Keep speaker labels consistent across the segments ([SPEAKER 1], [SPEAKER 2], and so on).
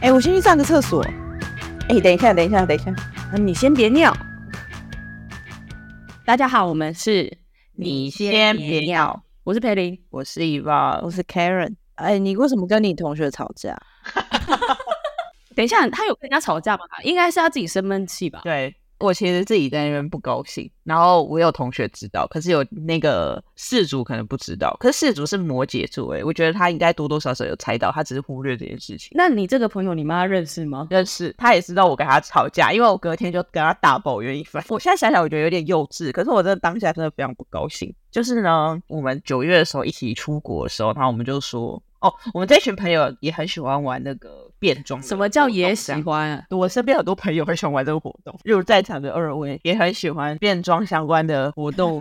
[SPEAKER 1] 哎、我先去上个厕所。哎、等一下，等一下，等一下。嗯
[SPEAKER 2] 你先别尿。大家好，我们是你先别尿，我是培林。
[SPEAKER 1] 我是 Eva，我是 Karen。哎、你为什么跟你同学吵架？
[SPEAKER 2] 等一下，他有跟人家吵架吗？应该是他自己生闷气吧？
[SPEAKER 3] 对我其实自己在那边不高兴，然后我有同学知道，可是有那个事主可能不知道，可是事主是摩羯座，诶，我觉得他应该多多少少有猜到，他只是忽略这件事情。
[SPEAKER 2] 那你这个朋友，你妈认识吗？
[SPEAKER 3] 但是他也知道我跟他吵架，因为我隔天就跟他大抱怨一番。我现在想想，我觉得有点幼稚，可是我真的当下真的非常不高兴。就是呢，我们九月的时候一起出国的时候，然后我们就说，哦，我们这群朋友也很喜欢玩那个变装的活动，
[SPEAKER 2] 什么叫也
[SPEAKER 3] 这
[SPEAKER 2] 喜
[SPEAKER 3] 样
[SPEAKER 2] 欢啊？
[SPEAKER 3] 我身边很多朋友很喜欢玩这个活动，例如在场的二位也很喜欢变装相关的活动。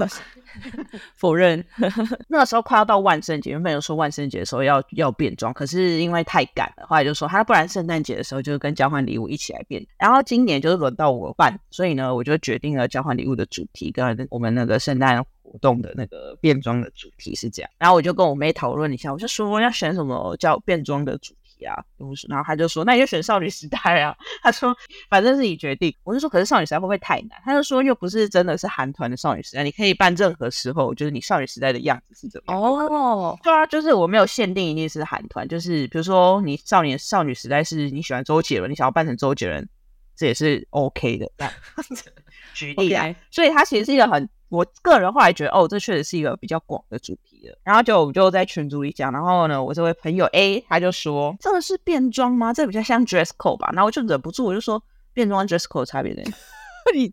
[SPEAKER 2] 否认。
[SPEAKER 3] 那个时候快要到万圣节，原本有说万圣节的时候要要变装，可是因为太赶了，后来就说他不然圣诞节的时候就跟交换礼物一起来变。然后今年就是轮到我办，所以呢，我就决定了交换礼物的主题跟我们那个圣诞。活动的那个变装的主题是这样，然后我就跟我妹讨论一下，我就说要选什么叫变装的主题啊，我说然后她就说那你就选少女时代啊，她说反正是你决定。我就说，可是少女时代会不会太难？他就说，又不是真的是韩团的少女时代，你可以办任何时候，就是你少女时代的样子是怎么样。
[SPEAKER 2] 哦，
[SPEAKER 3] 对啊，就是我没有限定一定是韩团，就是比如说你少年少女时代是你喜欢周杰伦，你想要扮成周杰伦，这也是 OK 的。 这样举例啊
[SPEAKER 2] OK
[SPEAKER 3] 所以它其实是一个很，我个人后来觉得，哦，这确实是一个比较广的主题了。然后就我们就在群组里讲，然后呢，我这位朋友 A 他就说，这个是变装吗？这比较像 dress code 吧。然后我就忍不住我就说，变装跟 dress code 差别在哪？
[SPEAKER 2] 你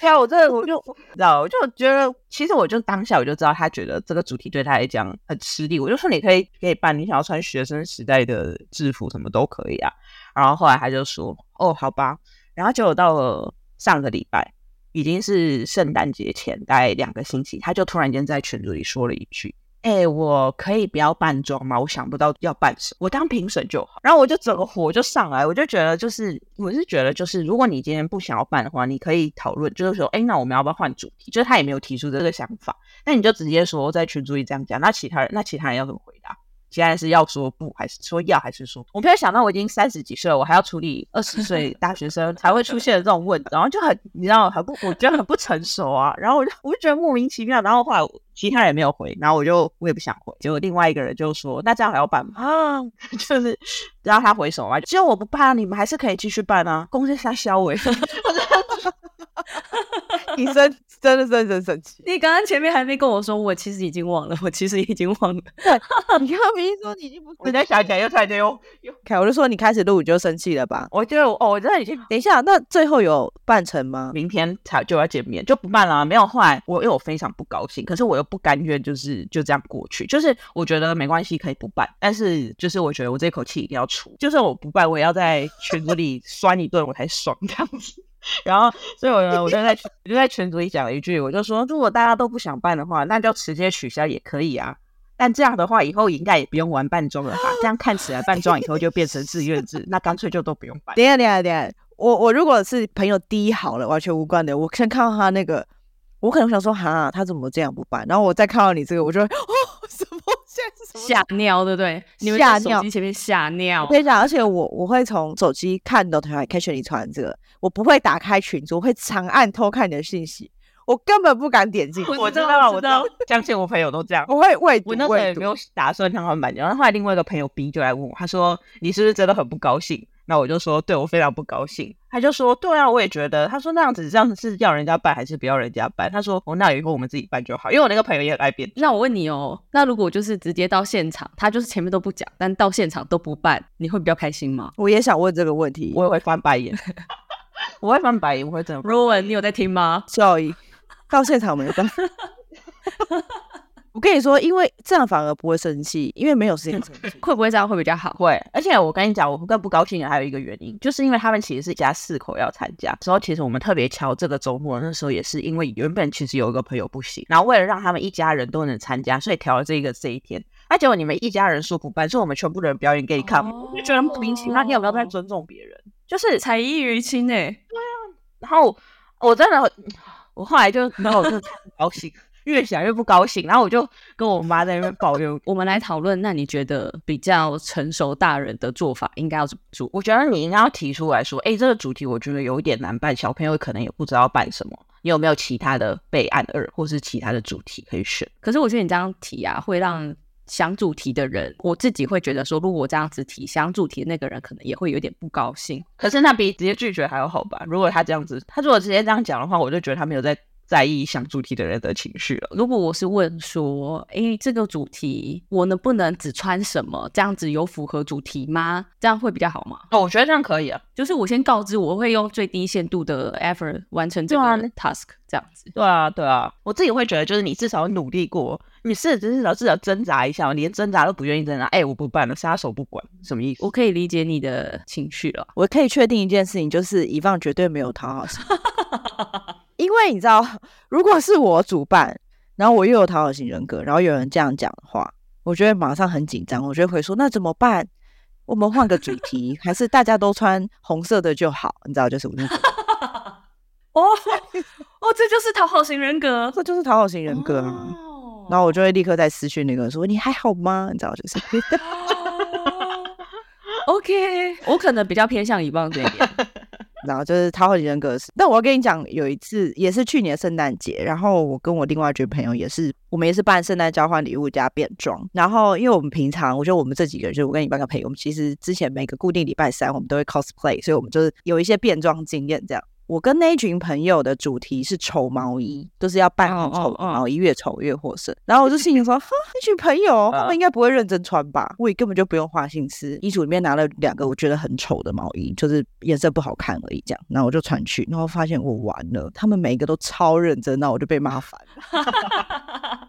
[SPEAKER 3] 对啊，我这我就我知道，我就觉得，其实我就当下我就知道他觉得这个主题对他来讲很吃力，我就说你可以可以办，你想要穿学生时代的制服什么都可以啊。然后后来他就说，哦，好吧。然后结果到了上个礼拜，已经是圣诞节前大概两个星期，他就突然间在群组里说了一句。哎、我可以不要扮装吗？我想不到要扮什么，我当评审就好。然后我就整个火就上来，我就觉得就是，我是觉得就是，如果你今天不想要扮的话，你可以讨论，就是说，哎、那我们要不要换主题？就是他也没有提出这个想法，那你就直接说在群组里这样讲。那其他人，那其他人要怎么回答？其他人是要说不，还是说要，还是说不？我没有想到我已经三十几岁了，我还要处理二十岁大学生才会出现的这种问题，然后就很你知道很不，我觉得很不成熟啊。然后我就我就觉得莫名其妙，然后后来我其他人也没有回，然后我就我也不想回。结果另外一个人就说：“那这样还要办吗？” 啊，就是让他回什么嘛？只有我不办啊，你们还是可以继续办啊。公司杀消委，
[SPEAKER 1] 你生真的真的真生气。
[SPEAKER 2] 你刚刚前面还没跟我说，我其实已经忘了， 我其实已经忘了。
[SPEAKER 1] 你刚刚明明说你已经不
[SPEAKER 3] 我在想起来又突然间又又，
[SPEAKER 1] 开，我就说你开始录你就生气了吧？
[SPEAKER 3] 我就哦，我真的已经
[SPEAKER 1] 等一下，那最后有办成吗？
[SPEAKER 3] 明天才就要见面，就不办啦、没有，后来我因为我非常不高兴，可是我又不甘愿，就是就这样过去。就是我觉得没关系，可以不办，但是就是我觉得我这口气一定要出，就算我不办，我也要在群组里酸一顿，我才爽这样子。 然后，所以我呢，我就在群我就在群组里讲了一句，我就说，如果大家都不想办的话，那就直接取消也可以啊。但这样的话，以后应该也不用玩扮装了吧？这样看起来扮装以后就变成自愿制，那干脆就都不用办。
[SPEAKER 1] 等一下，等一下，等一下，我我如果是朋友 D 好了，完全无关的，我先看到他那个，我可能想说哈，他怎么这样不办？然后我再看到你这个，我就会 哦，什么现在是什么？
[SPEAKER 2] 吓尿，对不对？你们
[SPEAKER 1] 吓
[SPEAKER 2] 在手
[SPEAKER 1] 尿
[SPEAKER 2] 机前面吓尿
[SPEAKER 1] 我。跟你讲，而且我我会从手机看到台湾 catch 你传这个，我不会打开群组，我会长按偷看你的信息，我根本不敢点进去，
[SPEAKER 3] 我知
[SPEAKER 2] 知道
[SPEAKER 3] 道，
[SPEAKER 2] 我
[SPEAKER 3] 我
[SPEAKER 2] 知
[SPEAKER 3] 知道
[SPEAKER 2] 道，
[SPEAKER 3] 相信我朋友都这样。
[SPEAKER 1] 我会未读
[SPEAKER 3] 我那时候
[SPEAKER 1] 未
[SPEAKER 3] 也
[SPEAKER 1] 读
[SPEAKER 3] 没。有打算让他们搬家，然后后来另外一个朋友 B 就来问我，他说：“你是不是真的很不高兴？”那我就说：“对我非常不高兴。”他就说：“对啊，我也觉得。”他说：“那样子这样子是要人家办还是不要人家办？”他说：“哦，那以后我们自己办就好。”因为我那个朋友也很爱变，
[SPEAKER 2] 那我问你哦，那如果就是直接到现场，他就是前面都不讲，但到现场都不办，你会比较开心吗？
[SPEAKER 1] 我也想问这个问题，
[SPEAKER 3] 我也会翻白 眼，我会翻白眼，我会真的。
[SPEAKER 2] Rowan，你有在听吗？
[SPEAKER 1] 所以到现场没办法。 我跟你说，因为这样反而不会生气，因为没有时间生气。
[SPEAKER 2] 会不会这样会比较好？
[SPEAKER 3] 会，而且我跟你讲，我更不高兴的还有一个原因，就是因为他们其实是一家四口要参加，之后其实我们特别敲这个周末，那时候也是因为原本其实有一个朋友不行，然后为了让他们一家人都能参加，所以调了这个这一天。那、结果你们一家人说不办，说我们全部人表演给你看，我就觉得莫名其妙，你有没有在尊重别人？就是，
[SPEAKER 2] 才艺于亲哎、
[SPEAKER 3] 然后我真的，我后来就，然后我就 高兴。越想越不高兴，然后我就跟我妈在那边抱怨，
[SPEAKER 2] 我们来讨论，那你觉得比较成熟大人的做法应该要怎么做？
[SPEAKER 3] 我觉得你应该要提出来说，哎、这个主题我觉得有一点难办，小朋友可能也不知道办什么。你有没有其他的备案二，或是其他的主题可以选？
[SPEAKER 2] 可是我觉得你这样提啊，会让想主题的人，我自己会觉得说，如果我这样子提，想主题的那个人可能也会有点不高兴。
[SPEAKER 3] 可是那比直接拒绝还要好吧？如果他这样子，他如果直接这样讲的话，我就觉得他没有在在意想主题的人的情绪了。
[SPEAKER 2] 如果我是问说，诶，这个主题我能不能只穿什么？这样子有符合主题吗？这样会比较好吗？
[SPEAKER 3] 哦，我觉得这样可以啊。
[SPEAKER 2] 就是我先告知我会用最低限度的 effort 完成这个
[SPEAKER 3] 对啊
[SPEAKER 2] task，这样子。
[SPEAKER 3] 对啊，对啊，我自己会觉得，就是你至少努力过，你是至少至少挣扎一下，连挣扎都不愿意挣扎。哎、我不办了，撒手不管，什么意思？
[SPEAKER 2] 我可以理解你的情绪了。
[SPEAKER 1] 我可以确定一件事情，就是遗放绝对没有讨好型，因为你知道，如果是我主办，然后我又有讨好型人格，然后有人这样讲的话，我就会马上很紧张，我就会回说那怎么办？我们换个主题，还是大家都穿红色的就好？你知道，就是我那种，
[SPEAKER 2] 哦 哦，这就是讨好型人格，
[SPEAKER 1] 这就是讨好型人格啊。
[SPEAKER 2] 哦
[SPEAKER 1] 然后我就会立刻在私讯那个人说你还好吗？你知道，就是
[SPEAKER 2] 哦 OK，我 可能比较偏向遗忘这一点。
[SPEAKER 1] 然后就是讨好型人格的事。但我要跟你讲，有一次也是去年圣诞节，然后我跟我另外一群朋友也是，我们也是办圣诞交换礼物加变装。然后因为我们平常，我觉得我们这几个人，就是我跟你半个朋友，我们其实之前每个固定礼拜三我们都会 cosplay，所以我们就是有一些变装经验这样。我跟那一群朋友的主题是丑毛衣，就是要扮
[SPEAKER 2] 哦
[SPEAKER 1] 很
[SPEAKER 2] 哦
[SPEAKER 1] 丑的
[SPEAKER 2] 哦
[SPEAKER 1] 毛衣，越丑越获胜。然后我就心里说，哈，那群朋友他
[SPEAKER 3] 嗯
[SPEAKER 1] 们应该不会认真穿吧？我也根本就不用花心思。衣橱里面拿了两个我觉得很丑的毛衣，就是颜色不好看而已，这样。然后我就穿去，然后发现我完了，他们每一个都超认真，那我就被骂烦了。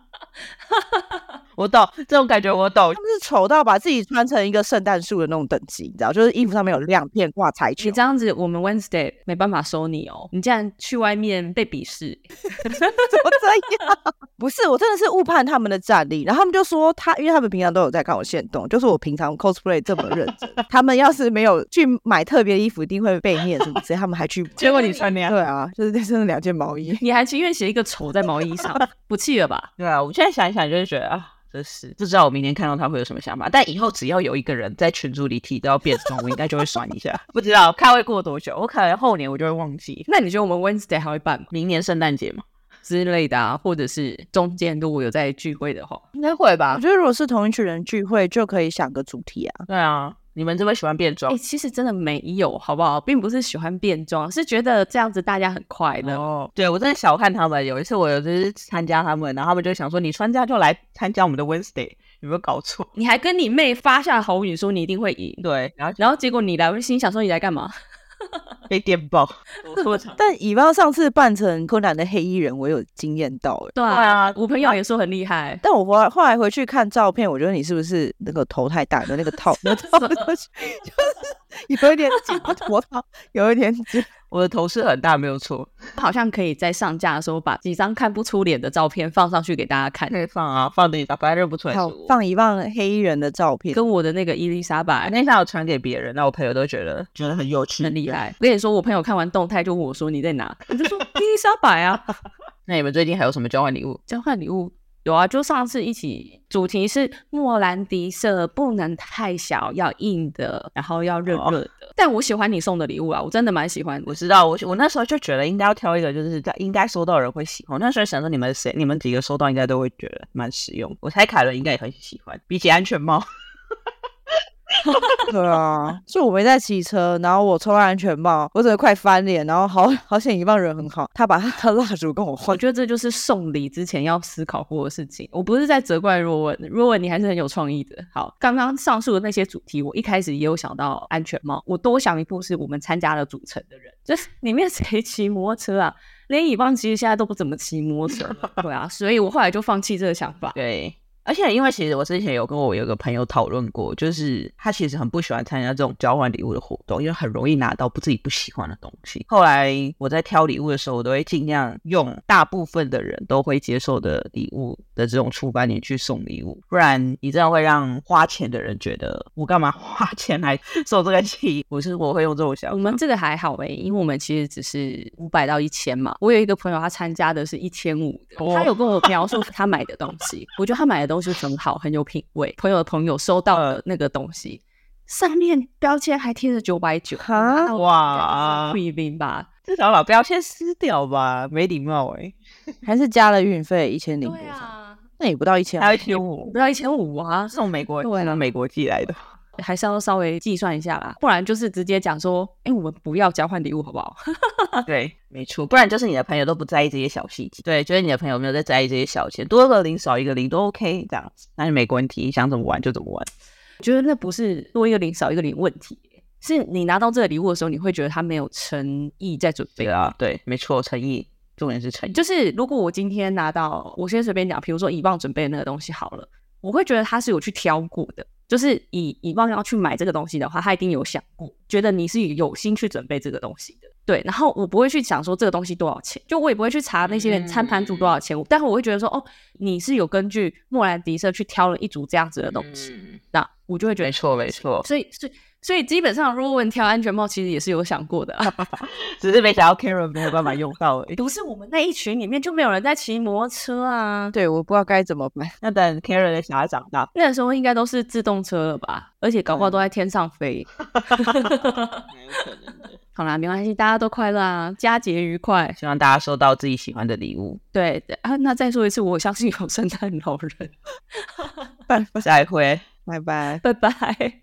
[SPEAKER 3] 我懂这种感觉，我懂
[SPEAKER 1] 他。们是丑到把自己穿成一个圣诞树的那种等级，你知道，就是衣服上面有亮片挂彩球
[SPEAKER 2] 你。这样子，我们 Wednesday 没办法收你哦。你竟然去外面被鄙视，
[SPEAKER 1] 我这样？不是，我真的是误判他们的战力。然后他们就说他，因为他们平常都有在看我现动，就是我平常 cosplay 这么认真， 他们要是没有去买特别衣服，一定会被念什么之类。他们还去，
[SPEAKER 3] 结果你穿那样，
[SPEAKER 1] 对啊，就是那真的两件毛衣。
[SPEAKER 2] 你还情愿写一个丑在毛衣上， 不气了吧？
[SPEAKER 3] 对啊，我现在想一想，就是觉得啊，真是不知道我明天看到他会有什么想法。但以后只要有一个人在群组里提到变装，我应该就会酸一下。 不知道看会过多久，我可能后年我就会忘记。
[SPEAKER 2] 那你觉得我们 Wednesday 还会办吗？
[SPEAKER 3] 明年圣诞节嘛，
[SPEAKER 2] 之类的啊，或者是中间如果有在聚会的话，
[SPEAKER 3] 应该会
[SPEAKER 1] 我
[SPEAKER 3] 吧？
[SPEAKER 1] 觉得如果是同一群人聚会，就可以想个主题啊。
[SPEAKER 3] 对啊，你们这么喜欢变
[SPEAKER 2] 哎、
[SPEAKER 3] 装，
[SPEAKER 2] 其实真的没有，好不好？并不是喜欢变装，是觉得这样子大家很快乐。
[SPEAKER 3] 哦，对我真的小看他们。有一次我有就是参加他们，然后他们就想说你穿这样就来参加我们的 Wednesday，有没有搞错？
[SPEAKER 2] 你还跟你妹发下豪语说你一定会赢，
[SPEAKER 3] 对，然后
[SPEAKER 2] 然后结果你来，我就心想说你来干嘛？
[SPEAKER 3] 被电爆。
[SPEAKER 1] 但以方上次扮成柯南的黑衣人，我有惊艳到欸
[SPEAKER 2] 对
[SPEAKER 3] 对啊
[SPEAKER 2] 我朋友也说很厉害，
[SPEAKER 1] 但我后来后来回去看照片，我觉得你是不是那个头太大，有那个套，那个套就是 有一点 紧，头套有一点 紧。
[SPEAKER 3] 我的头是很大，没有错，
[SPEAKER 2] 好像可以在上架的时候把几张看不出脸的照片放上去给大家看，
[SPEAKER 3] 可以放啊，放你打白认不出来是
[SPEAKER 1] 好
[SPEAKER 3] 我。
[SPEAKER 1] 放一放黑衣人的照片，
[SPEAKER 2] 跟我的那个伊丽莎白
[SPEAKER 3] 那天我传给别人，那我朋友都觉得觉得很有趣啊
[SPEAKER 2] 很厉。害。我跟你说，我朋友看完动态就问我说你在哪，我就说伊丽莎白啊，
[SPEAKER 3] 那你们最近还有什么交换礼物？
[SPEAKER 2] 交换礼物。有啊，就上次一起，主题是莫兰迪色，不能太小，要硬的，然后要热热的。但我喜欢你送的礼物啊，我真的蛮喜欢的
[SPEAKER 3] 我。知道，我我那时候就觉得应该要挑一个，就是在应该收到的人会喜欢。我那时候想说你们谁，你们几个收到应该都会觉得蛮实用。我猜凯伦应该也很喜欢，比起安全帽。
[SPEAKER 1] 对啊，就我没在骑车，然后我抽到安全帽，我整个快翻脸，然后好 好险一棒人很好，他把他的蜡烛跟我
[SPEAKER 2] 我
[SPEAKER 1] 换。
[SPEAKER 2] 觉得这就是送礼之前要思考过的事情。我不是在责怪若文，若文你还是很有创意的。好，刚刚上述的那些主题，我一开始也有想到安全帽。我多想一步，是我们参加了组成的人，就是里面谁骑摩托车啊？连以棒其实现在都不怎么骑摩托车了，对啊，所以我后来就放弃这个想法。
[SPEAKER 3] 对，而且因为其实我之前有跟我有个朋友讨论过，就是他其实很不喜欢参加这种交换礼物的活动，因为很容易拿到不自己不喜欢的东西。后来我在挑礼物的时候，我都会尽量用大部分的人都会接受的礼物的这种出发点去送礼物，不然你真的会让花钱的人觉得我干嘛花钱来 受这个气？我是我会用这种想
[SPEAKER 2] 我
[SPEAKER 3] 法。
[SPEAKER 2] 们这个还好诶、欸因为我们其实只是五百到一千嘛。我有一个朋友，他参加的是一千五的，
[SPEAKER 3] 哦
[SPEAKER 2] 他有跟我描述他买的东西，我觉得他买的东西很好，很有品味。朋友的朋友收到了那个东西，上面标签还贴着九百九，
[SPEAKER 1] 哈
[SPEAKER 3] 哇
[SPEAKER 2] 不一定吧？
[SPEAKER 3] 至少把标签撕掉吧，没礼貌哎、
[SPEAKER 1] 还是加了运费一千零多
[SPEAKER 2] 对
[SPEAKER 1] 少？
[SPEAKER 2] 啊，
[SPEAKER 1] 那也不到一千
[SPEAKER 3] 欸，，还有听我
[SPEAKER 2] 不要一千五啊，
[SPEAKER 3] 是从美国
[SPEAKER 2] 对
[SPEAKER 3] 从美国寄来的。
[SPEAKER 2] 还是要稍微计算一下啦，不然就是直接讲说，哎、我们不要交换礼物好不好？
[SPEAKER 3] 对，没错，不然就是你的朋友都不在意这些小细节。对，就是你的朋友没有在在意这些小钱，多一个零少一个零都 OK，这样子，那就没问题，想怎么玩就怎么玩。
[SPEAKER 2] 我觉得那不是多一个零少一个零问题，是你拿到这个礼物的时候，你会觉得它没有诚意在准备
[SPEAKER 3] 对。啊，对，没错，诚意，重点是诚意。
[SPEAKER 2] 就是如果我今天拿到，我先随便讲，比如说以望准备的那个东西好了，我会觉得他是有去挑过的。就是以以望要去买这个东西的话，他一定有想过，觉得你是有心去准备这个东西的。对，然后我不会去想说这个东西多少钱，就我也不会去查那些人餐盘组多少钱，但是我会觉得说，哦，你是有根据莫兰迪社去挑了一组这样子的东
[SPEAKER 3] 嗯
[SPEAKER 2] 西，那我就会觉得
[SPEAKER 3] 没错，没错，
[SPEAKER 2] 所以，所以，所以基本上，如果问挑安全帽，其实也是有想过的、啊。
[SPEAKER 3] 只是没想到 Karen 没有办法用到而已。
[SPEAKER 2] 不是我们那一群里面就没有人在骑摩托车啊。
[SPEAKER 1] 对，我不知道该怎么 办。
[SPEAKER 3] 那等 Karen 的小孩长大，
[SPEAKER 2] 那时候应该都是自动车了吧？而且搞不好都在天上飞。 好啦，没关系，大家都快乐啊，佳节愉快。
[SPEAKER 3] 希望大家收到自己喜欢的礼物。
[SPEAKER 2] 对对啊，那再说一次，我相信有圣诞老人。
[SPEAKER 3] 下一回。
[SPEAKER 1] 拜拜。
[SPEAKER 2] 拜拜。